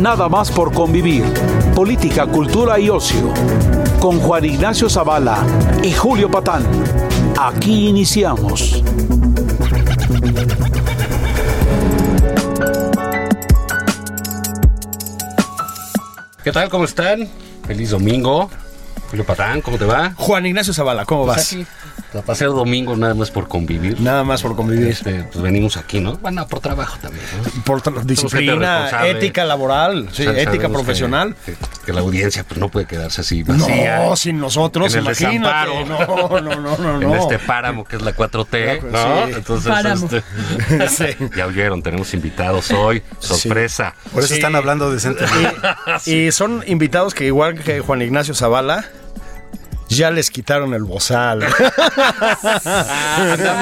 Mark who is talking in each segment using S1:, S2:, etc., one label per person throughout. S1: Nada más por convivir. Política, cultura y ocio. Con Juan Ignacio Zavala y Julio Patán. Aquí iniciamos.
S2: ¿Qué tal? ¿Cómo están? Feliz domingo. Julio Patán, ¿cómo te va?
S3: Juan Ignacio Zavala, ¿cómo
S2: Pues
S3: vas?
S2: aquí, la pasé el domingo nada más por convivir.
S3: Nada más por convivir.
S2: Este, pues venimos aquí, ¿no? Bueno, por trabajo también, ¿no?
S3: Por tra- disciplina,
S2: responsable.
S3: ética laboral, sí,
S2: Sabe-
S3: ética
S2: sabemos
S3: profesional.
S2: Que, que la audiencia pues, no puede quedarse así vacía.
S3: No, sin nosotros,
S2: en el
S3: imagínate.
S2: desamparo.
S3: No, no, no, no,
S2: En este
S3: no.
S2: páramo que es la 4T,
S3: La-
S2: ¿no?
S3: sí.
S2: Entonces,
S4: Páramo.
S2: este,
S3: Sí.
S2: ya oyeron, tenemos invitados hoy. Sorpresa.
S5: Por eso
S3: Sí.
S5: están hablando decentemente.
S3: Y son invitados que igual que Juan Ignacio Zavala, ya les quitaron el bozal.
S2: Andamos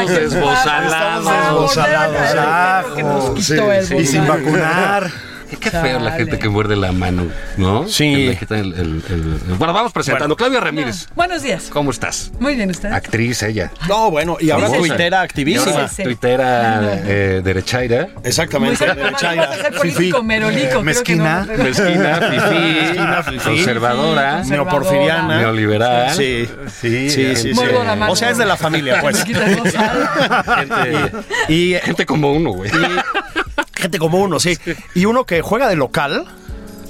S2: desbozalados.
S4: Estamos
S3: desbozalados,
S4: Claro que nos quitó
S3: sí,
S4: el
S2: sí.
S5: y sin
S4: bozal.
S5: vacunar.
S2: Qué, qué feo la
S4: Chale.
S2: gente que muerde la mano, ¿no?
S3: Sí.
S2: Que le quitan el- el- el- el- Bueno, vamos presentando. Claudia Ramírez,
S4: Buenos días.
S2: ¿cómo estás?
S4: Muy bien, ¿usted?
S2: Actriz, ella.
S3: No, bueno, y ahora
S2: Famosa.
S3: tuitera
S2: Y
S3: activísima.
S2: ahora
S4: Sí, sí.
S2: Tuitera eh, derechaira.
S4: Muy
S3: Exactamente.
S4: cercano, vamos a ser político,
S5: Fifí.
S4: merolico. creo
S5: Mezquina.
S4: que no.
S2: Mezquina,
S3: Mezquina,
S2: fifí,
S3: fifí.
S2: conservadora,
S4: Sí,
S3: Neoporfiriana.
S2: neoliberal.
S3: Sí.
S5: Sí,
S3: Sí, sí, sí.
S4: Muerdo la mano.
S3: O sea, es de la familia,
S4: Me
S3: pues.
S4: quita el bozal.
S2: Gente,
S3: Y eh,
S2: gente como uno, güey.
S3: gente como uno, sí. Y uno que juega de local.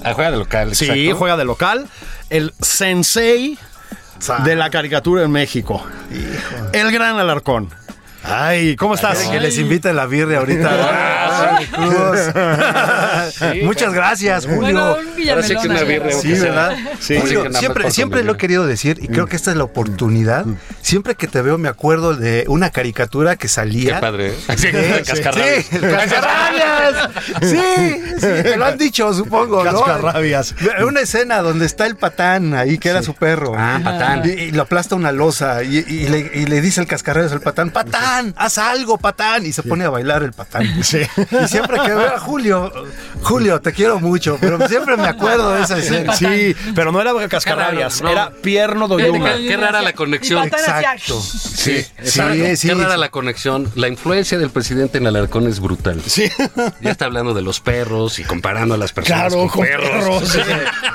S2: Ah, juega de local.
S3: Sí,
S2: exacto.
S3: juega de local. El sensei de la caricatura en México. El gran Alarcón. Ay, ¿cómo estás?
S5: Que les invite la birria ahorita. Ay, Cruz. Muchas gracias,
S4: Bueno,
S5: Julio.
S4: un
S2: Ahora sí que una
S4: villamelona.
S2: birria.
S5: Sí,
S2: que
S5: ¿verdad?
S2: sea.
S3: Sí.
S2: Ahora sí
S5: Julio,
S2: que nada más
S5: siempre,
S2: por
S5: siempre lo he
S2: convivir.
S5: querido decir y creo que esta es la oportunidad. Siempre que te veo me acuerdo de una caricatura que
S2: Qué
S5: salía.
S2: padre. ¿eh? Sí, el cascarrabias.
S5: Sí, el cascarrabias. Sí, sí, te lo han dicho, supongo, ¿no?
S3: Cascarrabias.
S5: Una escena donde está el patán ahí, que era su perro.
S2: Ah, patán.
S5: Y, y lo aplasta una losa y, y le, y le dice el cascarrabias al patán, patán, haz algo, patán. Y se pone a bailar el patán.
S3: Sí.
S5: Y siempre que veo a Julio, Julio, te quiero mucho, pero siempre me acuerdo de esa escena.
S3: Sí, pero no era cascarrabias,
S2: Qué raro,
S3: era
S2: no.
S3: pierno doyuma.
S2: Qué rara la conexión.
S4: Y Patán hacía-
S5: Exacto.
S2: Sí, exacto.
S5: sí, sí.
S2: Qué rara la conexión. La influencia del presidente en Alarcón es brutal.
S3: Sí.
S2: Ya está hablando de los perros y comparando a las personas
S3: Claro, con perros.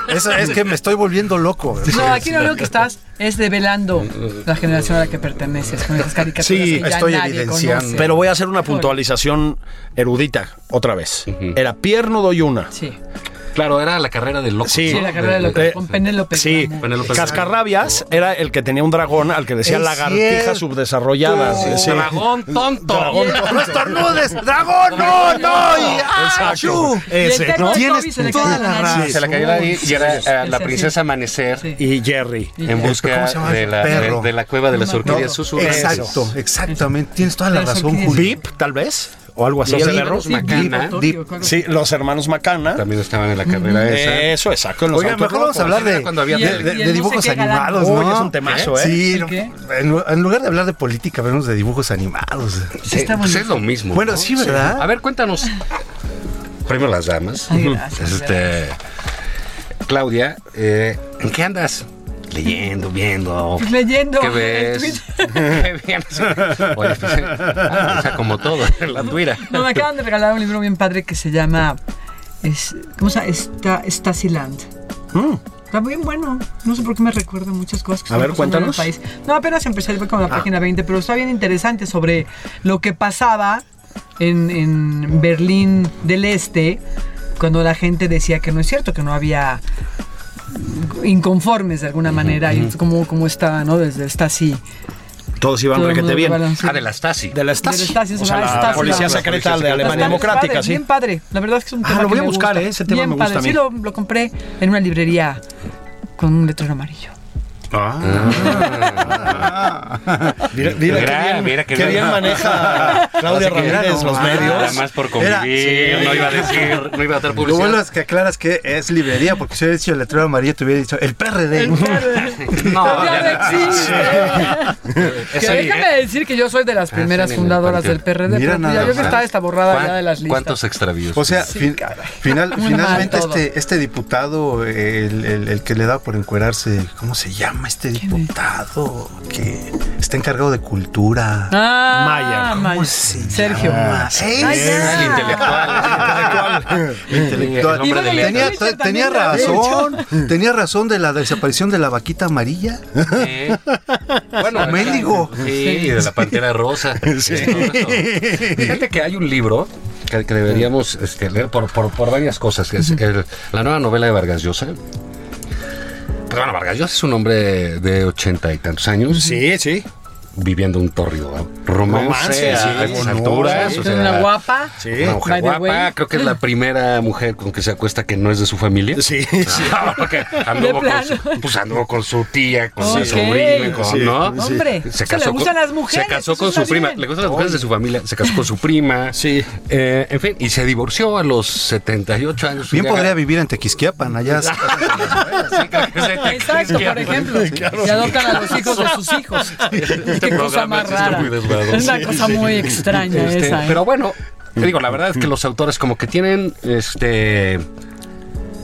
S5: Eso es que me estoy volviendo loco.
S4: No, aquí lo único que estás es develando la generación a la que perteneces con esas caricaturas
S3: Sí,
S4: que ya
S5: estoy
S4: nadie
S5: evidenciando.
S4: conoce.
S3: Pero voy a hacer una puntualización erudita otra vez. Era pierno doyuna.
S4: Sí,
S2: Claro, era la carrera del loco.
S3: Sí.
S4: sí, la carrera de lo
S3: Eh,
S4: con Penélope.
S3: Sí,
S4: Cruz.
S2: Penélope Cruz.
S3: Cascarrabias era el que tenía un dragón al que decía
S5: Es
S3: lagartija
S5: cierto.
S3: subdesarrollada. Sí, sí.
S2: Dragón tonto.
S5: ¡No estornudes! ¡Dragón! ¡No, no! Y, ¡Ah, chu!
S4: Y el
S3: Ese,
S4: terno
S3: ¿no?
S4: de Toby
S5: Tienes
S4: se le
S5: toda
S4: cae en
S5: la
S4: nariz.
S5: razón.
S2: Se la cayó ahí y era eh, la
S4: sí.
S2: princesa amanecer
S4: Sí.
S3: Y Jerry.
S2: en
S5: ¿Cómo
S2: busca
S5: se llama
S2: de
S5: ese
S2: la, de,
S5: perro?
S2: de la cueva de las orquídeas susurrantes.
S5: Exacto, exactamente. Tienes toda la
S4: Las
S5: razón,
S4: orquídeas.
S5: Julio.
S3: Vip, tal vez, o algo así.
S2: Los
S3: El
S2: hermanos
S3: perro.
S2: Macana
S5: Deep,
S3: Sí, los hermanos Macana.
S2: también estaban en la carrera esa.
S3: Eso, exacto. en los
S5: Oigan,
S3: autos
S5: mejor vamos a
S3: rojos.
S5: hablar de,
S2: Cuando había-
S5: de-
S4: Y el-
S5: de-
S4: y el
S5: de
S4: no sé
S5: dibujos
S4: qué galán.
S5: animados,
S3: Uy,
S5: ¿no?
S3: es un temazo, ¿eh?
S5: Sí,
S4: ¿Y qué?
S5: en, lu- en lugar de hablar de política, hablamos de dibujos animados.
S2: Sí,
S4: está
S2: pues
S4: bonito.
S2: es lo mismo.
S5: Bueno,
S2: ¿no?
S5: sí, ¿verdad?
S2: A ver, cuéntanos. Primero las damas.
S4: Ay, gracias,
S2: Este, Claudia, eh, ¿en qué andas? Leyendo, viendo.
S4: Pues leyendo
S2: ¿Qué
S4: el
S2: ves? ¿Qué vienes? Oye, pues, eh, ah, o sea, como todo, la tuira.
S4: No, me acaban de regalar un libro bien padre que se llama. Es, ¿Cómo se llama? Esta- Stasiland. Está bien bueno. No sé por qué me recuerda muchas cosas que
S3: Mm. A
S4: están
S3: ver,
S4: pasando en el
S3: cuéntanos. Ah.
S4: país. No, apenas empecé con la página 20, pero está bien interesante sobre lo que pasaba en, en Berlín del Este cuando la gente decía que no es cierto, que no había inconformes de alguna manera, y es como, como estaba, ¿no? Desde Stasi.
S3: Todos iban
S4: todo el
S3: requete
S4: mundo
S3: bien.
S4: balance.
S2: Ah, de la Stasi.
S3: De la Stasi.
S4: De la Stasi, es
S3: o sea,
S4: una
S3: la
S4: Stasi,
S3: policía
S4: la-
S3: secreta de
S4: Está
S3: Alemania
S4: bien
S3: Democrática,
S4: padre,
S3: sí.
S4: Bien padre. La verdad es que es un
S3: Ah,
S4: tema
S3: lo voy
S4: que
S3: a
S4: me
S3: buscar,
S4: gusta.
S3: ¿eh? Ese tema
S4: Bien
S3: me gusta
S4: padre.
S3: a mí.
S4: Sí, lo, lo compré en una librería con un letrero amarillo.
S3: Mira, mira
S6: Mira,
S3: qué bien,
S6: mira que
S3: qué
S6: no-
S3: bien maneja Claudia
S5: que era
S3: Ramírez los
S5: nomás,
S3: medios.
S6: Nada más por convivir,
S2: Sí, no iba a decir, no iba a dar
S5: Lo bueno
S2: publicidad.
S5: es que aclaras que es librería, porque si hubiera dicho el letrero amarillo, te hubiera dicho el PRD.
S2: No,
S4: Ya no
S3: Ah,
S4: existe.
S2: es
S4: Que
S2: ahí,
S3: ¿eh?
S4: déjame decir que yo soy de las primeras
S2: Ah, en el
S4: fundadoras
S2: panteón.
S4: del PRD.
S5: Mira
S4: pero
S5: nada
S4: ya yo que
S5: más.
S4: estaba esta borrada ya de las listas.
S2: ¿Cuántos extravíos?
S5: O sea, fin- final,
S4: Muy
S5: finalmente
S4: mal todo.
S5: este, este diputado, el, el- el que le da por encuerarse, ¿cómo se llama este diputado? Que está encargado de cultura.
S4: Ah,
S3: Mayer.
S4: Mayer. Sergio.
S5: Sí,
S4: Ay, ya.
S2: el intelectual.
S5: intelectual.
S4: Y bueno, y el
S5: Tenía,
S4: Twitter
S5: tenía
S4: también lo había
S5: razón, tenía razón de la desaparición de la vaquita amarilla.
S2: Sí. ¿eh? Bueno,
S5: Mendigo.
S2: Sí, de la pantera rosa. Todo eso. Fíjate que hay un libro que, que deberíamos este, leer por, por, por varias cosas, que es el- la nueva novela de Vargas Llosa. Pero bueno, Vargas Llosa es un hombre de ochenta y tantos años,
S3: Sí, sí.
S2: viviendo un torrido romance,
S3: Romance,
S2: a
S3: sí,
S2: esas
S3: no,
S2: alturas.
S4: Es
S2: o sea,
S4: una guapa.
S2: una mujer
S4: By the
S2: guapa,
S4: way.
S2: creo que es la primera mujer con que se acuesta que no es de su familia.
S3: Sí, sí.
S2: Ah, porque anduvo,
S4: De
S2: con
S4: plano.
S2: su, pues anduvo con su tía, con
S4: Ok.
S2: su sobrina, con-
S3: Sí,
S2: ¿no?
S4: sí. Hombre, eso le gustan las mujeres,
S2: Se casó
S4: eso
S2: con
S4: está
S2: su prima,
S4: bien.
S2: le gustan las mujeres de su familia, se casó con su prima.
S3: Sí.
S2: Eh, en fin, y se divorció a los 78 años.
S5: Bien
S2: Ya-
S5: podría vivir en Tequisquiapan, allá.
S2: Sí, creo que se te-
S4: Exacto, por ejemplo. Se adoptan a los hijos de sus hijos.
S2: Este
S4: Qué cosa
S2: programa
S4: más
S2: sí está
S4: rara.
S2: muy desvado.
S4: Es una cosa muy extraña
S2: Este,
S4: esa. ¿eh?
S2: Pero bueno, te digo, la verdad es
S3: Mm.
S2: que los autores como que tienen este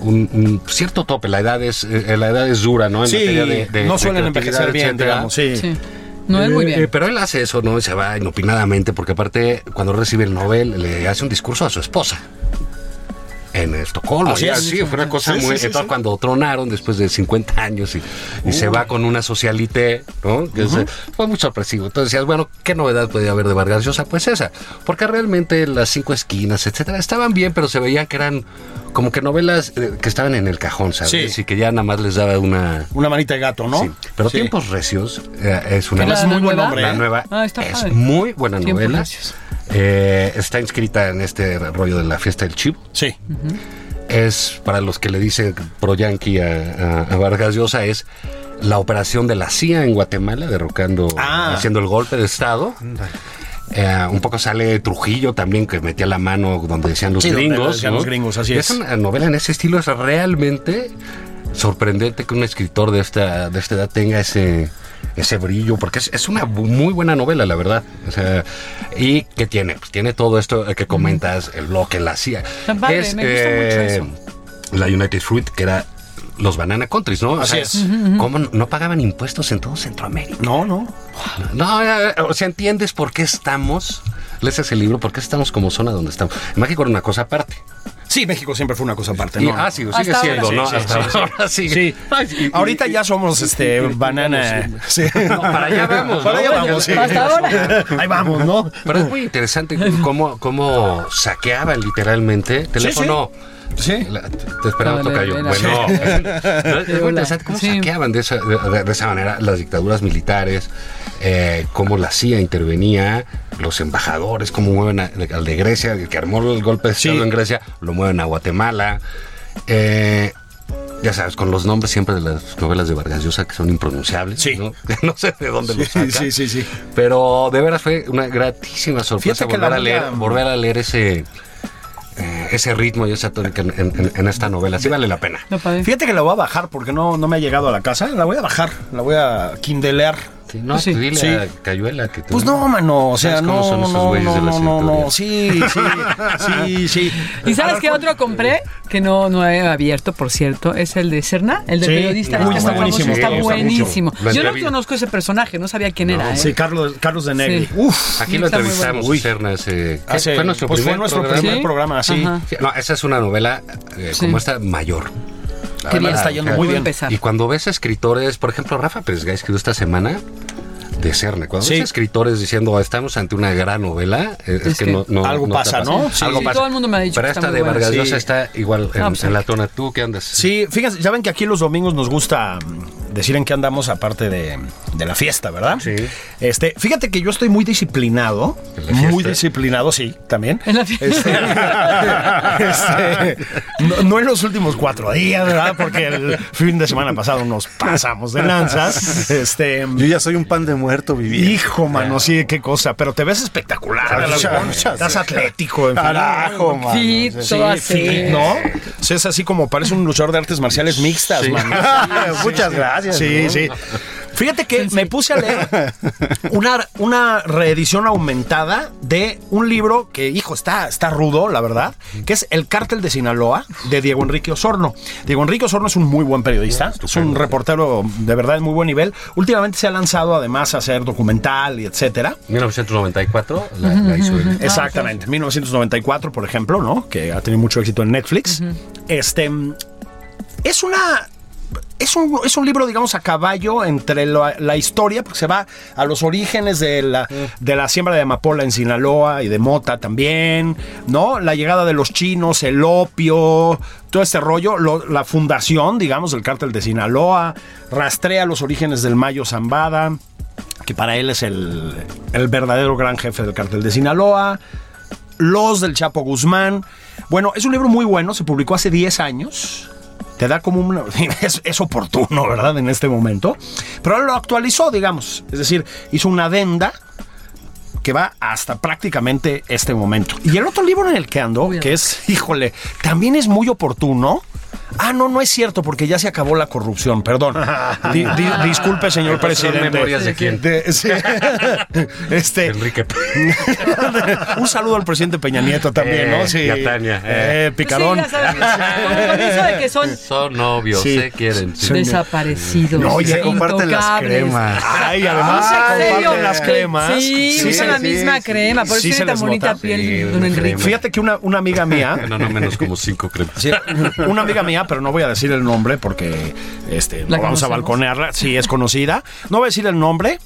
S2: un, un cierto tope, la edad es eh, la edad es dura, ¿no? En
S3: Sí,
S2: materia de- de-
S3: no
S2: de
S3: suelen
S2: creatividad,
S3: envejecer bien,
S2: etcétera.
S3: digamos. Sí.
S4: Sí. No es muy
S2: Eh, eh,
S4: bien.
S2: pero él hace eso, ¿no? Y se va inopinadamente, porque aparte, cuando recibe el Nobel, le hace un discurso a su esposa. En Estocolmo.
S3: Así
S2: y
S3: es.
S2: así, fue una cosa
S3: Sí, sí,
S2: muy.
S3: sí, Uh.
S2: entonces,
S3: sí.
S2: cuando tronaron después de 50 años y, y se va con una socialite, ¿no? Que se- fue muy sorpresivo. Entonces decías, bueno, ¿qué novedad podía haber de Vargas Llosa? Pues esa. Porque realmente las cinco esquinas, etcétera, estaban bien, pero se veían que eran como que novelas eh, que estaban en el cajón, ¿sabes?
S3: Sí.
S2: Y que ya nada más les daba una.
S3: Una manita de gato, ¿no?
S2: Sí. Pero
S3: Sí.
S2: Tiempos Recios eh, es una
S4: Claro,
S3: Es muy buen
S4: nueva?
S3: hombre.
S2: la
S3: ¿eh?
S2: nueva
S4: Ah, está
S2: es
S4: padre.
S2: muy buena
S4: Tiempo,
S2: novela.
S4: gracias.
S2: Eh, está inscrita en este rollo de la fiesta del chivo.
S3: Sí.
S2: Es para los que le dicen pro yankee a, a- a Vargas Llosa es la operación de la CIA en Guatemala derrocando,
S3: Ah.
S2: haciendo el golpe de estado. Eh, un poco sale Trujillo también que metía la mano donde decían los
S3: Sí, donde
S2: gringos.
S3: decían
S2: ¿no?
S3: los gringos, así
S2: Y
S3: es.
S2: una novela en ese estilo es realmente sorprendente que un escritor de esta, de esta edad tenga ese, ese brillo, porque es, es una bu- muy buena novela, la verdad. O sea, ¿Y qué tiene? Pues tiene todo esto que comentas, el bloque, la CIA. eh,
S4: Tan padre, me gusta mucho
S2: La United Fruit, que era los Banana Countries, ¿no? O
S3: Así es.
S2: ¿Cómo no- no pagaban impuestos en todo Centroamérica?
S3: No, no.
S2: No, eh, o sea, entiendes por qué estamos. Lees ese libro, por qué estamos como zona donde estamos. En México era una cosa aparte.
S3: Sí, México siempre fue una cosa aparte.
S2: Y-
S3: ¿no?
S2: ah, sí, lo
S4: Hasta
S2: sigue siendo,
S4: ahora.
S2: ¿no?
S3: Sí, sí,
S2: Hasta
S3: sí, sí.
S2: ahora
S3: Sí.
S2: sigue. Ay, y-
S3: Ahorita
S2: y-
S3: ya somos este banana. Sí.
S2: No, para allá vamos.
S3: Para
S2: ¿no?
S3: allá vamos, sí.
S4: Hasta ahora.
S3: Ahí vamos, ¿no?
S2: Pero es muy interesante cómo, cómo saqueaban literalmente teléfono.
S3: Sí.
S2: La- te esperaba
S4: Vale,
S2: tocayo.
S4: era.
S2: Bueno, no, es muy
S4: Hola.
S2: interesante cómo
S4: Sí.
S2: saqueaban de esa, de, de esa manera las dictaduras militares, eh, cómo la CIA intervenía, los embajadores, cómo mueven a- al de Grecia, el que armó el golpe de Estado
S3: Sí.
S2: en Grecia, lo mueven a Guatemala. Eh, ya sabes, con los nombres siempre de las novelas de Vargas Llosa que son impronunciables.
S3: Sí.
S2: ¿no? no sé de dónde los saca.
S3: Sí, sí, sí.
S2: Pero de veras fue una gratísima sorpresa
S3: Fíjate que la
S2: volver a leer,
S3: vida-
S2: volver a leer ese eh, ese ritmo y esa tónica en, en- en esta novela. Sí vale la pena.
S4: No, padre.
S3: Fíjate que la voy a bajar porque no, no me ha llegado a la casa. La voy a bajar, la voy a kindlear.
S2: Sí, no,
S4: Sí.
S2: dile
S3: Sí.
S2: a Cayuela que te-
S3: Pues no, mano, o sea,
S2: ¿Sabes cómo
S3: no,
S2: son esos
S3: no,
S2: güeyes
S3: no,
S2: de las
S3: no, no, no,
S2: editoriales?
S3: sí, sí, sí, sí.
S4: ¿Y sabes qué otro compré? Que no, no he abierto, por cierto. Es el de Serna, el de
S3: Sí.
S4: periodista.
S3: Uy,
S4: este
S3: está
S4: famoso,
S3: buenísimo,
S4: Está
S3: me gusta mucho.
S4: buenísimo.
S2: Lo
S4: Yo no
S2: entrevi-
S4: conozco ese personaje, no sabía quién era. ¿eh?
S3: Sí, Carlos, Carlos de Negri.
S4: Sí.
S3: Uf,
S2: Aquí lo
S4: Está muy
S2: entrevistamos,
S3: bueno.
S2: Cerna, ese- ¿qué?
S3: hace-
S2: fue nuestro
S3: pues
S2: primer
S3: fue nuestro
S2: programa.
S3: primer
S4: Sí.
S3: programa, sí.
S4: Ajá.
S2: Sí, no, esa es una novela eh,
S4: Sí.
S2: como esta mayor. La
S4: Qué
S2: verdad,
S4: bien.
S3: está yendo
S2: o sea,
S3: muy
S4: Voy a
S3: bien.
S4: empezar.
S2: Y cuando ves a escritores, por ejemplo, Rafa Pérez Gay escribió esta semana de Cerne. Cuando
S3: Sí.
S2: ves a escritores diciendo estamos ante una gran novela, eh, es,
S4: Es
S2: que,
S4: que
S2: no, no-
S3: algo
S2: te
S3: pasa, ¿no? Sí,
S2: algo
S4: sí,
S2: pasa.
S4: todo el mundo me ha dicho
S2: Pero
S4: que
S2: esta
S4: está muy
S2: de
S4: buena.
S2: Vargas
S3: Sí.
S2: Llosa está igual en,
S4: Ah, pues,
S2: en la
S4: ok.
S2: tona. ¿Tú qué andas?
S3: Sí, fíjense, ya ven que aquí los domingos nos gusta mm, decir en qué andamos aparte de, de la fiesta, ¿verdad?
S2: Sí.
S3: Este, fíjate que yo estoy muy disciplinado.
S2: ¿En la
S3: Muy
S2: fiesta?
S3: disciplinado, sí, también.
S4: En la fiesta.
S3: Este, este, no, no en los últimos cuatro días, ¿verdad? Porque el fin de semana pasado nos pasamos de lanzas. Este.
S5: Yo ya soy un pan de muerto viviendo.
S3: Hijo, mano, sí, qué cosa. Pero te ves espectacular.
S5: Muchas
S3: Alarcón.
S5: gracias.
S3: Estás atlético. En fin.
S5: Carajo, mano.
S4: Fit,
S5: Sí,
S4: todo así. Pues
S3: Sí, ¿no? Sí, es así como parece un luchador de artes marciales mixtas, mano.
S5: Muchas gracias.
S3: Sí,
S5: ¿no?
S3: sí. Fíjate que me puse a leer una, una reedición aumentada de un libro que, hijo, está, está rudo, la verdad, que es El Cártel de Sinaloa, de Diego Enrique Osorno. Diego Enrique Osorno es un muy buen periodista, es un reportero de verdad de muy buen nivel. Últimamente se ha lanzado además a hacer documental y etcétera.
S2: 1994 la, la hizo él.
S3: Exactamente. 1994, por ejemplo, ¿no? Que ha tenido mucho éxito en Netflix. Este. mm, Es una. Es un, es un libro, digamos, a caballo entre la, la historia, porque se va a los orígenes de la, de la siembra de amapola en Sinaloa y de mota también, ¿no? La llegada de los chinos, el opio, todo este rollo, lo- la fundación, digamos, del cártel de Sinaloa, rastrea los orígenes del Mayo Zambada, que para él es el, el verdadero gran jefe del cartel de Sinaloa, Los del Chapo Guzmán. Bueno, es un libro muy bueno, se publicó hace 10 años. Te da como un... Es, es oportuno, ¿verdad? En este momento. Pero él lo actualizó, digamos. Es decir, hizo una adenda que va hasta prácticamente este momento. Y el otro libro en el que ando,
S4: Uy, a
S3: que es, híjole, también es muy oportuno. Ah, no, no es cierto, porque ya se acabó la corrupción, perdón. Di- di- disculpe, señor
S2: Estas son
S3: presidente.
S2: memorias de quién?
S3: De- sí. este,
S2: Enrique.
S3: un saludo al presidente Peña Nieto también,
S2: Eh,
S3: ¿no? Sí.
S2: y a Tania, eh.
S3: Eh, picarón.
S4: Sí, ya sabes, con- con eso de que son
S2: Son novios,
S3: Sí.
S2: se quieren. sí.
S4: desaparecidos.
S3: No, y se
S5: comparten las
S4: intocables.
S5: cremas.
S3: Ay, además
S4: Ah,
S3: se
S4: ¿en serio?
S3: comparten las cremas.
S4: Sí,
S5: Sí,
S4: usan la
S5: sí,
S4: misma
S5: sí.
S4: crema. Por
S3: Sí,
S4: eso
S3: se
S4: tiene tan
S3: les
S4: bonita
S3: nota.
S4: piel,
S2: Sí,
S4: don
S2: una
S4: Enrique.
S2: crema.
S3: Fíjate que una, una amiga mía,
S2: No, no menos como cinco cremas.
S3: Sí, una amiga mía, pero no voy a decir el nombre porque este,
S4: ¿La
S3: no vamos a
S4: conocemos?
S3: balconearla. Sí, es conocida. No voy a decir el nombre,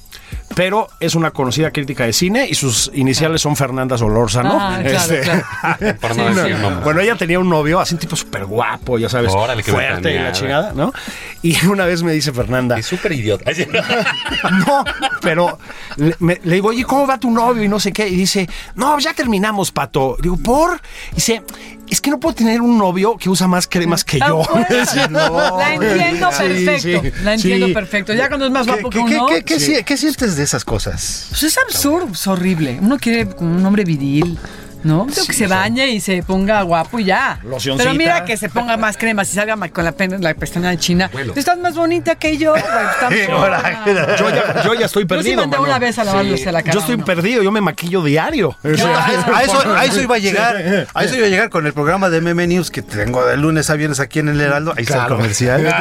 S3: pero es una conocida crítica de cine y sus iniciales son Fernanda Solórzano.
S4: Ah, claro,
S3: Este,
S4: claro.
S2: Para no
S4: Sí,
S2: decir
S4: no.
S2: nombres.
S3: Bueno, ella tenía un novio así, un tipo súper guapo, ya sabes,
S2: Órale, qué
S3: fuerte y la
S2: ventaneada.
S3: chingada, ¿no? Y una vez me dice Fernanda,
S2: Es súper idiota.
S3: no, pero le, me- le digo, oye, ¿cómo va tu novio? Y no sé qué. Y dice, no, ya terminamos, pato. Digo, ¿por? dice, es que no puedo tener un novio que usa más cremas que
S4: Ah,
S3: yo.
S4: bueno.
S3: Sí, no.
S4: la entiendo
S3: Sí,
S4: perfecto.
S3: sí,
S4: la entiendo
S3: sí.
S4: perfecto. Ya cuando es más guapo que
S5: ¿Qué, qué-
S4: uno.
S5: qué- qué si- qué sientes de esas cosas?
S4: Pues es absurdo, es horrible. Uno quiere como un hombre viril, ¿no? Creo que se bañe y se ponga guapo y ya.
S3: Locioncita.
S4: Pero mira que se ponga más crema, si salga ma- con la, pen- la pestaña de china.
S2: Bueno.
S4: Tú estás más bonita que yo. güey, estás
S5: ahora.
S3: Yo ya, yo ya estoy
S4: Yo sí
S3: perdido.
S4: mandé
S3: mano.
S4: una vez a lavándose la cara.
S3: Yo estoy
S4: ¿o no?
S3: perdido, yo me maquillo diario.
S5: A eso, a eso iba a llegar. A eso iba a llegar con el programa de MM News que tengo de lunes a viernes aquí en el Heraldo. Ahí está el comercial.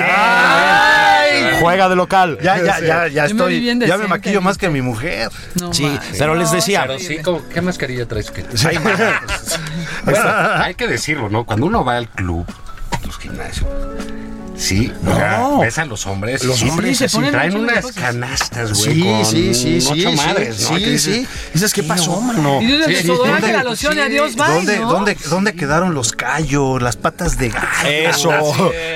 S3: Juega de local.
S5: Ya, ya, ya, ya
S4: Ah, Yo me vi
S5: estoy.
S4: bien
S5: ya me
S4: decente,
S5: maquillo más que mi mujer.
S4: No
S3: Sí,
S4: manches.
S3: pero les decía,
S4: No,
S2: Pero sí, como, ¿qué mascarilla traes? Que te-
S5: Ay, ma-
S2: Bueno, hay que decirlo, ¿no? Cuando uno va al club, a los gimnasios, sí, o sea, ves a los hombres, los
S4: hombres se
S2: así,
S4: ponen
S2: traen
S4: un chingo de
S2: unas
S4: cosas.
S2: canastas, güey,
S5: Sí,
S2: con
S5: sí, sí, sí.
S2: ocho
S5: sí,
S2: madres, ¿no?
S5: sí,
S2: Que dices,
S5: sí. Dices, ¿qué pasó, mano?
S4: Y desde
S2: Sí,
S4: el
S2: sí,
S4: desodorante,
S5: ¿dónde-
S4: la loción, y adiós, bye,
S5: ¿Dónde,
S4: ¿no?
S5: dónde, dónde quedaron los callos, las patas de gallo?
S3: Eso,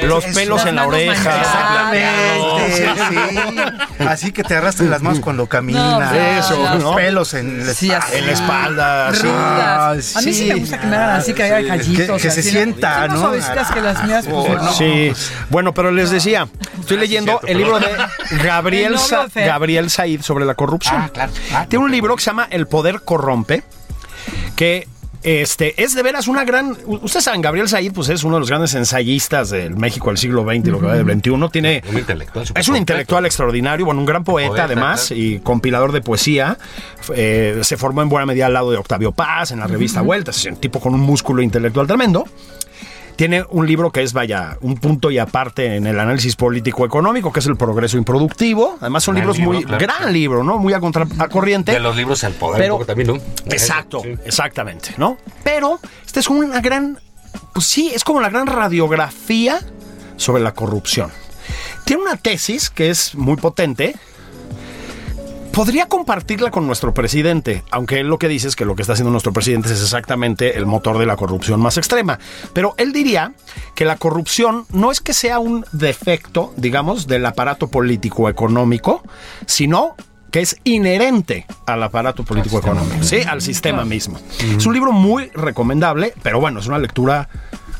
S3: los pelos
S4: Las
S3: en la
S4: manos
S3: oreja.
S4: manchadas.
S5: Exactamente, sí. Así que te arrastran las manos cuando caminas.
S4: No, pues,
S3: Eso,
S5: Los
S3: ¿no?
S5: pelos Ah, en la
S4: Sí,
S5: espalda.
S4: así.
S3: En la espalda. sí.
S4: Rudas. A mí sí me gusta que me hagan así, que haya
S5: Que,
S4: callitos.
S5: que se
S4: así,
S5: sienta,
S4: Son más
S5: ¿no? Oh,
S4: suavecitas que las mías. pues, no.
S3: Sí. Bueno, pero les decía,
S4: Ah,
S3: estoy leyendo el libro de
S4: El
S3: Gabriel,
S4: novio
S3: Sa-
S4: feo.
S3: Gabriel Said sobre la corrupción.
S2: Ah, claro. Ah,
S3: Tiene un libro que se llama El poder corrompe, que este, es de veras una gran... u- Ustedes saben, Gabriel Said pues, es uno de los grandes ensayistas del México del siglo XX y lo que va del XXI. Tiene,
S2: Un intelectual. súper
S3: es un intelectual extraordinario, bueno, un gran poeta,
S2: Poeta,
S3: además
S2: claro.
S3: y compilador de poesía. F- eh, se formó en buena medida al lado de Octavio Paz, en la revista Vueltas, es un tipo con un músculo intelectual tremendo. Tiene un libro que es, vaya, un punto y aparte en el análisis político-económico, que es El progreso improductivo. Además, son
S2: Gran
S3: libros
S2: libro,
S3: muy.
S2: claro.
S3: gran libro, ¿no? Muy a, contra, a corriente.
S2: De los libros al poder,
S3: Pero-
S2: un poco también, ¿no?
S3: Exacto,
S2: Sí.
S3: exactamente, ¿no? Pero esta es una gran, pues sí, es como la gran radiografía sobre la corrupción. Tiene una tesis que es muy potente, podría compartirla con nuestro presidente, aunque él lo que dice es que lo que está haciendo nuestro presidente es exactamente el motor de la corrupción más extrema. Pero él diría que la corrupción no es que sea un defecto, digamos, del aparato político económico, sino que es inherente al aparato político económico, sí, al sistema mismo. Es un libro muy recomendable, pero bueno, es una lectura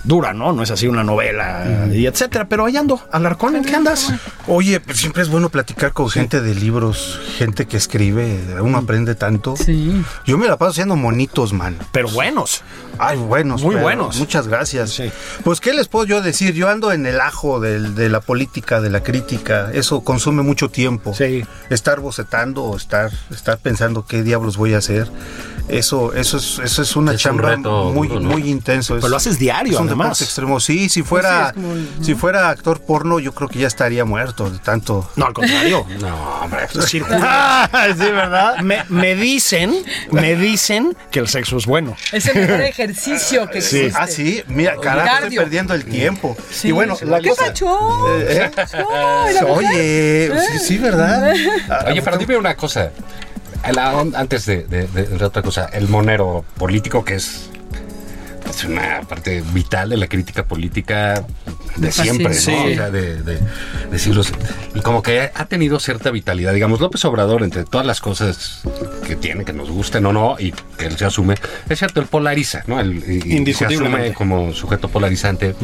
S3: dura, ¿no? No es así una novela y etcétera, pero ahí ando, Alarcón, ¿en qué andas?
S5: Oye, pues siempre es bueno platicar con gente de libros, gente que escribe, uno aprende tanto.
S4: Sí.
S5: Yo me la paso haciendo monitos, man.
S3: Pero buenos.
S5: Ay, buenos.
S3: Muy
S5: pero
S3: buenos.
S5: Muchas gracias.
S3: Sí.
S5: Pues, ¿qué les puedo yo decir? Yo ando en el ajo del- de la política, de la crítica. Eso consume mucho tiempo.
S3: Sí.
S5: Estar bocetando o estar, estar pensando qué diablos voy a hacer. Eso, eso es, eso es una
S2: Es un
S5: chamba
S2: reto
S5: muy,
S2: duro, ¿no?
S5: muy intenso.
S3: Pero
S5: Es-
S3: pues lo haces diario,
S5: es un
S3: además.
S5: deporte extremo. Sí, si fuera, si fuera actor porno, yo creo que ya estaría muerto de tanto.
S3: No, al contrario.
S2: No, hombre.
S3: Pues, Circula. sí, ¿verdad? Me, me dicen, me dicen que el sexo es bueno.
S4: Es el mejor ejercicio que
S3: Sí.
S4: existe.
S5: Ah, sí, mira, carajo, estoy
S4: Cardio.
S5: perdiendo el tiempo.
S4: Sí.
S5: Y bueno, la
S4: ¿Qué
S5: cosa-
S4: pacho?
S5: Eh, eh.
S4: Ay, la mujer.
S5: Oye, sí, sí, ¿verdad? Ah,
S2: Oye, pero dime una cosa. A la on- antes de, de- de- de otra cosa, el monero político que es. Es una parte vital de la crítica política de
S4: Me fascina.
S2: siempre, ¿no?
S4: Sí.
S2: O sea, de, de- de siglos. Y como que ha tenido cierta vitalidad. Digamos, López Obrador, entre todas las cosas que tiene, que nos gusten o no, y que él se asume, es cierto, él polariza, ¿no? Él- y- y se
S3: Indiscutiblemente.
S2: asume como sujeto polarizante.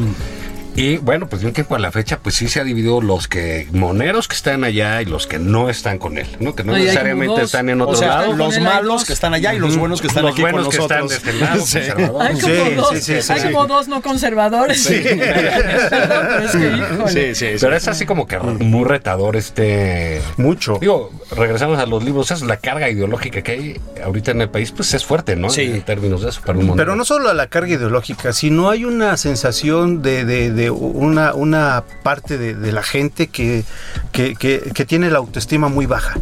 S2: Y bueno, pues bien que a la fecha, pues sí se ha dividido los que moneros que están allá y los que no están con él, ¿no? Que no
S4: Ay, hay como
S2: necesariamente
S4: dos.
S2: están en
S4: O
S2: otro
S4: sea,
S2: lado.
S4: los malos que
S3: están allá y los buenos que
S2: los buenos que están de este lado, conservadores.
S4: Hay como,
S5: Sí,
S4: dos,
S5: sí, sí, sí,
S4: hay
S5: sí.
S4: como dos no conservadores. Perdón, pero es que, híjole.
S3: Sí, sí, Mm. sí.
S2: Pero es así como que muy retador este.
S5: Mucho.
S2: Digo, regresamos a los libros, es la carga ideológica que hay ahorita en el país, pues es fuerte, ¿no?
S3: Sí.
S2: En términos de eso, para un montón.
S5: Pero no solo a la carga ideológica, sino hay una sensación de, de- de una, una parte de, de la gente que, que- que- que tiene la autoestima muy baja.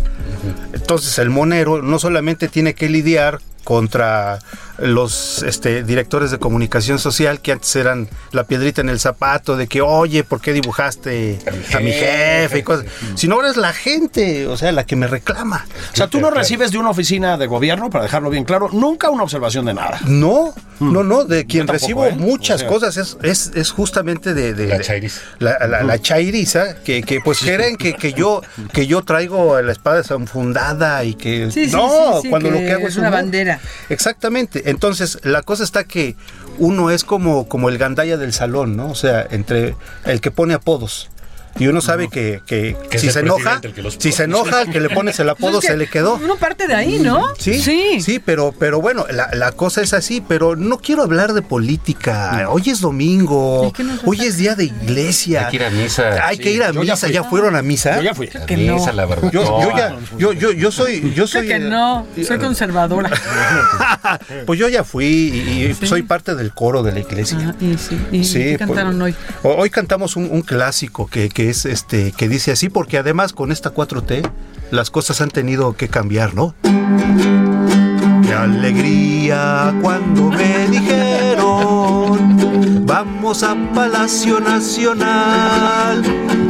S5: Entonces el monero no solamente tiene que lidiar contra los este, directores de comunicación social que antes eran la piedrita en el zapato de que oye, ¿por qué dibujaste a mi jefe? y cosas. Sino ahora es la gente, o sea, la que me reclama.
S3: O sea, tú no recibes de una oficina de gobierno, para dejarlo bien claro, nunca una observación de nada.
S5: No,
S2: Hmm.
S5: no, no, de quien
S3: tampoco,
S5: recibo
S3: ¿eh?
S5: muchas
S3: O sea.
S5: cosas es, es, es justamente de, de-
S2: La
S5: de-
S2: chairiza. Hmm.
S5: La, la- la chairiza, que, que pues creen que, que yo que yo traigo la espada desenfundada y que
S4: Sí, sí,
S5: no,
S4: sí, sí,
S5: cuando
S4: que
S5: lo que hago es
S4: es una
S5: humor.
S4: bandera.
S5: Exactamente. Entonces, la cosa está que uno es como, como el gandaya del salón, ¿no? O sea, entre el que pone apodos. Y uno sabe que, que
S2: Que es
S5: si
S2: el
S5: se enoja,
S2: presidente el que los
S5: si se
S2: pone.
S5: enoja, el que le pones el apodo
S4: Pues es que
S5: se le quedó.
S4: Uno parte de ahí, ¿no?
S5: Sí, sí,
S4: Sí.
S5: pero, pero bueno, la, la cosa es así, pero no quiero hablar de política. Hoy es domingo,
S4: ¿Y qué nos vas a
S5: hoy es día de iglesia.
S2: Hay que ir a misa.
S5: Hay que ir a
S3: yo ya
S5: misa,
S3: fui.
S5: ya, fueron a misa.
S3: Yo ya fui.
S2: La
S4: que
S2: misa,
S4: no.
S2: la barbacoa.
S5: Yo, yo ya, yo, yo, yo soy, yo
S4: Creo
S5: soy.
S4: que
S5: eh,
S4: no, soy conservadora. Ah,
S5: Pues yo ya fui y, y soy parte del coro de la
S4: Ah,
S5: iglesia.
S4: y sí, y
S5: Sí,
S4: ¿qué
S5: pues,
S4: cantaron hoy.
S5: ho- Hoy cantamos un, un clásico que, que es este, que dice así, porque además con esta 4T las cosas han tenido que cambiar, ¿no? Qué alegría cuando me dijeron vamos a Palacio Nacional.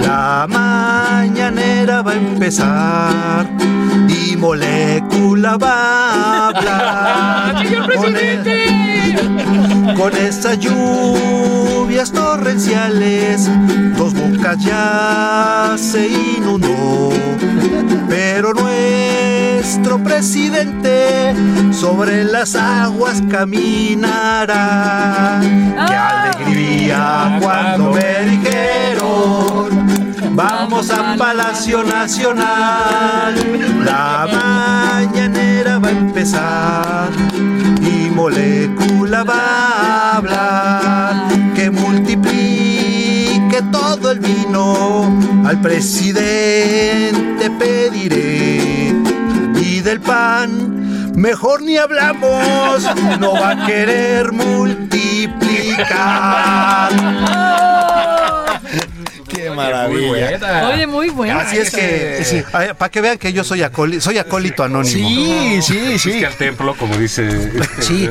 S5: La mañanera va a empezar y molécula va a hablar. Con e- con estas lluvias torrenciales, dos bocas ya se inundó. Pero nuestro presidente sobre las aguas caminará. ¡Qué
S4: Ah.
S5: alegría cuando me dijeron! Vamos a Palacio Nacional, la mañanera va a empezar y molécula va a hablar que multiplique todo el vino al presidente pediré y del pan mejor ni hablamos no va a querer multiplicar
S3: Qué maravilla.
S2: buena.
S4: Oye, muy bueno.
S5: Ah. Así es que,
S2: Sí.
S5: para que vean que yo soy, acóli- soy acólito anónimo.
S3: Sí, sí,
S2: Es
S3: sí.
S2: que al templo, como dice.
S3: Sí.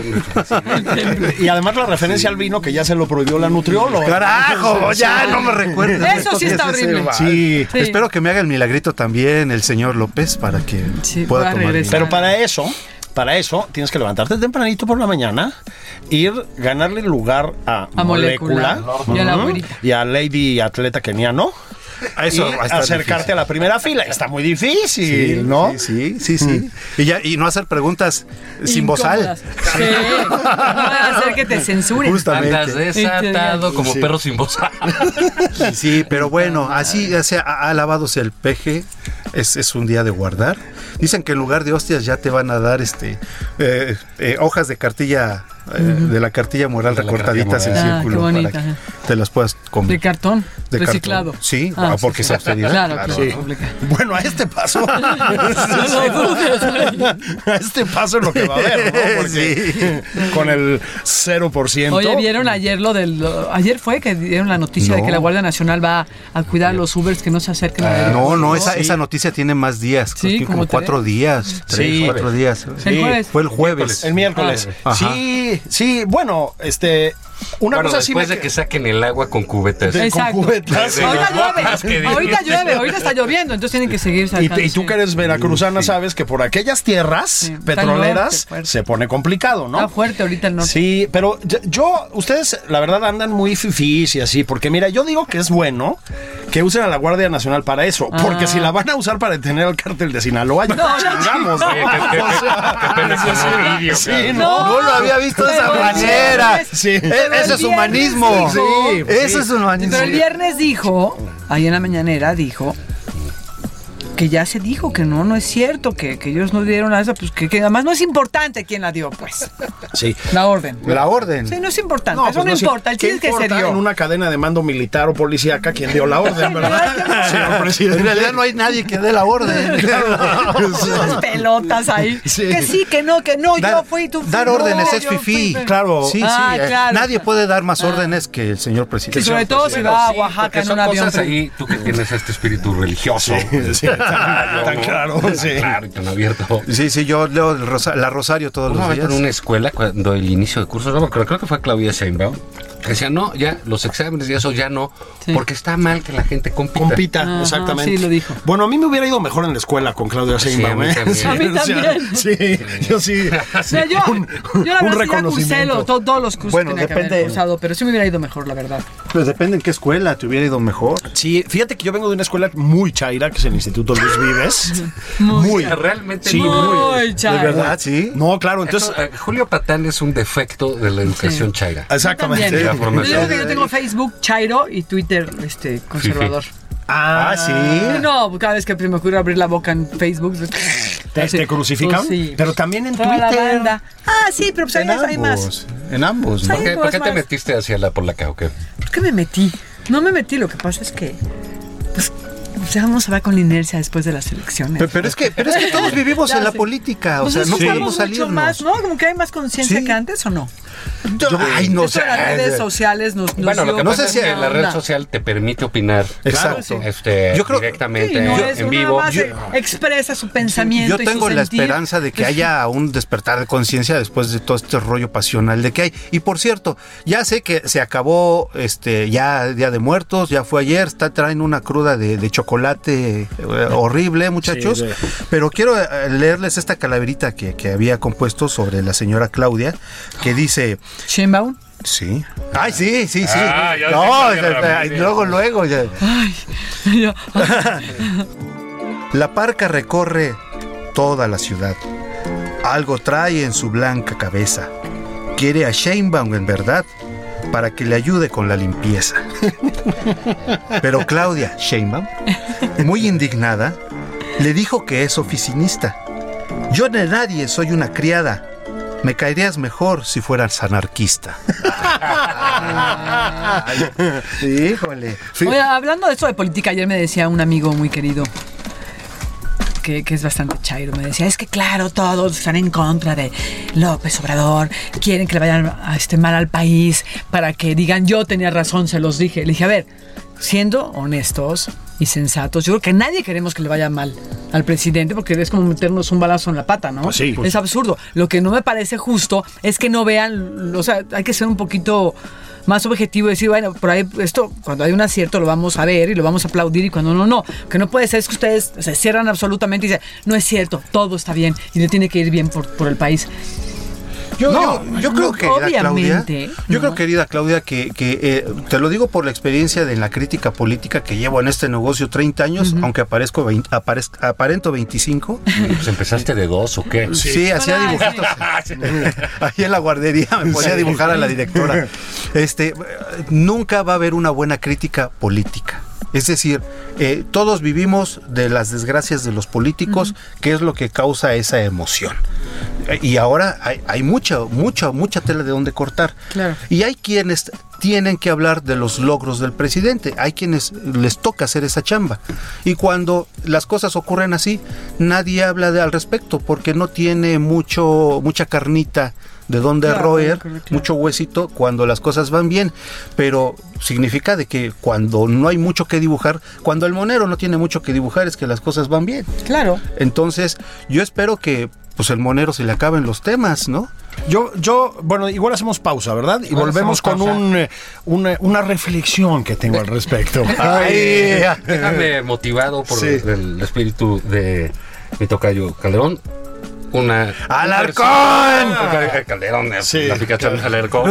S3: Y además la referencia al vino que ya se lo prohibió la nutrióloga.
S5: Carajo, ya no me recuerdo.
S4: Eso sí está horrible.
S3: Sí.
S4: Sí.
S5: Espero que me haga el milagrito también el señor López para que
S4: Sí,
S5: pueda
S4: pueda
S5: tomar.
S4: regresar.
S5: vino.
S3: Pero para eso, para eso tienes que levantarte tempranito por la mañana, ir, ganarle lugar a,
S4: A
S3: molécula,
S4: Molécula. Y a la
S3: Ujú.
S4: abuelita.
S3: y a Lady Atleta Keniano.
S5: A eso
S3: y
S5: va a estar
S3: acercarte
S5: difícil.
S3: a la primera fila. Está muy difícil,
S5: Sí,
S3: ¿no?
S5: Sí, sí, sí. sí. Mm. Y, ya, y no hacer preguntas sin
S4: Incómodas.
S5: bozal.
S4: Sí. No va a hacer que te censuren.
S5: Justamente.
S2: Andas desatado como
S5: Sí.
S2: perro sin voz.
S5: Sí, pero bueno, así o sea, ha ha alabado sea el peje. Es, es un día de guardar. Dicen que en lugar de hostias ya te van a dar este eh, eh, hojas de cartilla, eh, de la cartilla moral
S2: De la
S5: recortaditas
S2: cartilla
S5: en
S4: moral. Ah,
S5: círculo
S4: qué bonita,
S5: para
S4: ajá.
S5: que te las puedas comer.
S4: De cartón,
S5: De cartón.
S4: reciclado.
S5: Sí,
S4: Ah,
S5: ah, porque
S4: sí,
S5: es austeridad.
S4: Claro,
S5: Claro,
S4: claro.
S5: sí.
S4: complicado.
S3: Bueno, a este paso. a este paso es lo que va a haber, ¿no? Porque con el 0%.
S4: Oye, ¿vieron ayer lo del... lo- ayer fue que dieron la noticia de
S5: No. Ah,
S4: que la Guardia Nacional va a cuidar a los Ubers que no se acerquen a...
S5: No, no, esa, esa noticia tiene más días, creo
S4: Sí,
S5: que como
S4: como
S5: cuatro días, tres,
S3: Sí.
S5: cuatro días.
S4: El jueves.
S5: Fue el jueves.
S3: El miércoles.
S5: Ah.
S3: Sí, sí, bueno, este. Una
S2: Bueno,
S3: cosa sí
S2: después
S3: me-
S2: de que saquen el agua con cubetas.
S3: De-
S4: Exacto.
S3: con cubetas.
S4: Ahorita
S2: De las botas que
S4: llueve, ahorita
S2: dijiste.
S4: llueve, ahorita está lloviendo, entonces tienen que seguir
S3: Y,
S4: sacando.
S3: te- y tú
S4: sí.
S3: que eres veracruzana sabes que por aquellas tierras
S4: Sí, está el norte,
S3: petroleras
S4: fuerte.
S3: se pone complicado, ¿no?
S4: Está fuerte ahorita el norte.
S3: Sí, pero yo- yo, ustedes la verdad andan muy fifís y así, porque mira, yo digo que es bueno que usen a la Guardia Nacional para eso, porque
S4: Ah.
S3: si la van a usar para detener al cártel de Sinaloa, ya no, chingamos.
S2: Qué- qué- qué- qué pena con el vídeo,
S3: Sí,
S2: cabrón.
S3: no.
S5: No lo había visto de esa
S4: Pero el
S5: manera.
S4: viernes-
S3: Sí.
S5: E-
S4: pero
S5: Eso
S4: el
S5: es
S4: viernes
S5: humanismo.
S4: dijo-
S3: Sí,
S5: Eso es humanismo.
S4: Pero el viernes dijo, ahí en la mañanera dijo que ya se dijo que no, no es cierto, que, que ellos no dieron a esa, pues que, que además no es importante quién la dio, pues,
S3: Sí.
S4: la orden.
S5: La orden.
S4: Sí, no es importante,
S3: No,
S4: eso
S3: pues
S4: no,
S3: no sé,
S4: importa, el
S3: ¿qué
S4: chiste es que se
S3: importa
S4: dio.
S3: En una cadena de mando militar o policíaca, quien dio la orden, ¿verdad? Señor presidente.
S5: Ah, En realidad no hay nadie que dé la orden.
S4: Unas pelotas ahí.
S3: Sí.
S4: Que sí, que no, que no, yo
S5: Dar,
S4: fui tú. fui-
S5: dar
S4: no,
S5: órdenes es
S4: yo fui-
S5: fifí.
S3: Claro.
S5: Sí, sí.
S4: Ah,
S5: eh,
S4: claro. Ah.
S5: Nadie puede dar más órdenes que el señor presidente.
S4: Y sobre todo si
S2: Pero
S4: va a
S2: sí, porque
S4: Oaxaca en
S2: son
S4: un avión.
S2: cosas ahí, tú que tienes este espíritu religioso.
S3: Sí, tan, tan claro, sí.
S2: Claro, y tan abierto.
S5: Sí, sí, yo leo el rosa- la Rosario todos
S2: Una
S5: los
S2: vez en una
S5: días.
S2: escuela, cuando el inicio de cursos, no me acuerdo, creo que fue Claudia Sheinbaum, que decía, no, ya, los exámenes y eso ya no,
S4: Sí.
S2: porque está mal que la gente compita.
S3: Compita,
S4: Ajá,
S3: exactamente.
S4: Ah, sí, lo dijo.
S3: Bueno, a mí me hubiera ido mejor en la escuela con Claudia
S2: Sí,
S3: Sheinbaum.
S2: a mí
S3: ¿eh?
S2: también.
S3: Sí,
S4: A mí
S3: o sea,
S4: también.
S3: sí, yo sí.
S4: O sea, yo, yo la
S3: Un
S4: verdad sí ya cursé
S3: reconocimiento.
S4: lo- to- todos los cursos
S5: Bueno,
S4: que tenía que
S5: depende-
S4: haber cursado, pero sí me hubiera ido mejor, la verdad.
S5: Pues depende en qué escuela te hubiera ido mejor.
S3: Sí, fíjate que yo vengo de una escuela muy chaira, que es el Instituto Luis Vives. muy.
S2: Realmente
S3: Sí,
S2: no.
S3: muy.
S4: Ay,
S5: De
S4: chaval.
S5: verdad, sí.
S3: No, claro,
S2: Entonces,
S3: entonces.
S2: eh, Julio Patán es un defecto de la educación chaira.
S3: Exactamente.
S4: También.
S2: La
S4: Yo
S2: formación.
S4: digo que yo tengo Facebook Chairo y Twitter este, conservador.
S3: Ah,
S4: Y
S3: sí.
S4: No, cada vez que me ocurre abrir la boca en Facebook. pues,
S3: ¿Te,
S4: así,
S3: te crucifican?
S4: pues sí.
S3: Pero también en
S4: Toda la
S3: Twitter.
S4: banda. Ah, sí, pero pues ahí
S5: En
S4: hay, hay más.
S5: ambos. En ambos, ¿no?
S4: Sí.
S2: ¿Por qué, por qué
S4: es
S2: te
S4: más.
S2: metiste hacia la polaca o qué?
S4: ¿Por qué me metí? No me metí, lo que pasa es que. Pues ya vamos a ver con la inercia después de las elecciones.
S5: Pe- Pero, es que, pero es que todos vivimos
S4: Ya
S5: en la
S4: sé.
S5: política, o
S4: Pues
S5: sea,
S4: es
S5: no
S4: que
S5: podemos
S4: hay mucho
S5: salirnos.
S4: más, ¿no? Como que hay más conciencia
S5: Sí.
S4: que antes, ¿o no?
S5: Yo- ay, no
S4: Esto
S5: sé.
S4: de las redes sociales nos, nos
S2: Bueno, lo
S4: dio
S2: que
S5: No
S2: pasa
S5: sé
S2: es
S5: si
S2: que
S4: una
S2: la red
S4: onda.
S2: social te permite opinar.
S5: Exacto.
S2: Este,
S5: Yo creo-
S4: Sí,
S2: directamente,
S4: no,
S2: en-
S4: es
S2: en
S4: una
S2: vivo.
S4: base, expresa su pensamiento.
S5: Yo tengo
S4: y su
S5: la
S4: sentir. pues,
S5: esperanza de que haya un despertar de conciencia después de todo este rollo pasional de que hay. Y por cierto, ya sé que se acabó este ya Día de Muertos, ya fue ayer, está traen una cruda de, de chocolate eh, horrible, muchachos.
S3: Sí, de-
S5: Pero quiero eh, leerles esta calaverita que, que había compuesto sobre la señora Claudia, que dice.
S4: Sheinbaum.
S5: Sí. Ay, sí, sí, sí.
S2: Ah, ya
S5: no,
S2: sé que era
S5: eh, eh,
S2: Ramírez.
S5: luego, luego. ya.
S4: Ay, yo-
S5: La parca recorre toda la ciudad. Algo trae en su blanca cabeza. Quiere a Sheinbaum en verdad para que le ayude con la limpieza. Pero Claudia Sheinbaum, muy indignada, le dijo que es oficinista. Yo de nadie soy una criada. Me caerías mejor si fueras anarquista. Híjole.
S4: Oye, hablando de esto de política, ayer me decía un amigo muy querido que, que es bastante chairo, me decía, es que claro, todos están en contra de López Obrador, quieren que le vayan a este mal al país para que digan yo tenía razón, se los dije. Le dije, a ver, siendo honestos y sensatos, yo creo que nadie queremos que le vaya mal al presidente porque es como meternos un balazo en la pata, ¿no?
S3: Pues sí.
S4: Es absurdo. Lo que no me parece justo es que no vean, o sea, hay que ser un poquito más objetivo y decir, bueno, por ahí esto, cuando hay un acierto lo vamos a ver y lo vamos a aplaudir y cuando no, no. Que no puede ser es que ustedes se cierran absolutamente y dicen, no es cierto, todo está bien y le tiene que ir bien por, por el país.
S5: Yo,
S4: No,
S5: yo- yo creo, querida Claudia,
S4: obviamente,
S5: yo creo,
S4: ¿no?
S5: querida Claudia, que, que, eh, te lo digo por la experiencia de la crítica política que llevo en este negocio 30 años, aunque aparezco vein- aparez- aparento 25.
S2: Pues empezaste de dos o qué.
S5: Sí, hacía
S4: Ah,
S5: dibujitos. Ahí en la guardería me ponía a dibujar a la directora. Este, eh, nunca va a haber una buena crítica política. Es decir, eh, todos vivimos de las desgracias de los políticos, que es lo que causa esa emoción. Eh, Y ahora hay, hay mucha, mucha, mucha tela de donde cortar.
S4: Claro.
S5: Y hay quienes tienen que hablar de los logros del presidente, hay quienes les toca hacer esa chamba. Y cuando las cosas ocurren así, nadie habla de, al respecto porque no tiene mucho mucha carnita de donde
S4: Claro,
S5: roer,
S4: claro, claro.
S5: mucho huesito cuando las cosas van bien, pero significa de que cuando no hay mucho que dibujar, cuando el monero no tiene mucho que dibujar es que las cosas van bien.
S4: Claro.
S5: Entonces, yo espero que pues el monero se le acaben los temas, ¿no?
S3: Yo, yo, bueno, igual hacemos pausa, ¿verdad? Y
S2: Igual
S3: volvemos con
S2: hacemos pausa.
S3: un, eh, una, una reflexión que tengo al respecto.
S5: Ay,
S2: Déjame motivado por
S5: Sí.
S2: el espíritu de mi tocayo Calderón. Una.
S5: ¡Alarcón!
S2: un versito- Calderón, es
S3: Sí,
S2: la aplicación Alarcón.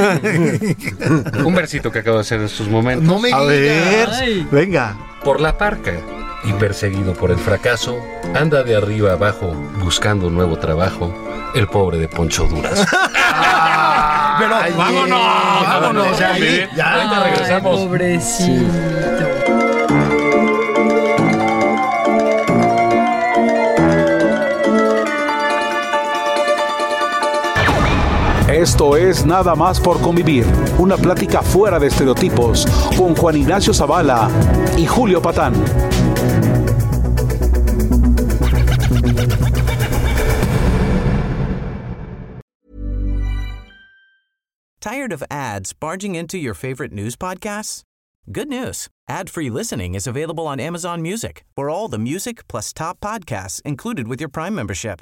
S2: un versito que acabo de hacer en estos momentos.
S3: no me
S5: A ver,
S4: Ay.
S5: venga.
S2: Por la parca y perseguido por el fracaso, anda de arriba abajo buscando un nuevo trabajo. El pobre de Poncho Duras.
S3: Pero vámonos, vámonos.
S2: Ya,
S3: ahí,
S2: bien.
S3: ya.
S2: Ahorita
S4: Ay,
S2: regresamos.
S4: Pobrecito.
S1: Esto es Nada más por convivir, una plática fuera de estereotipos con Juan Ignacio Zavala y Julio Patán.
S6: Tired of ads barging into your favorite news podcasts? Good news. Ad-free listening is available on Amazon Music. For all the music plus top podcasts included with your Prime membership.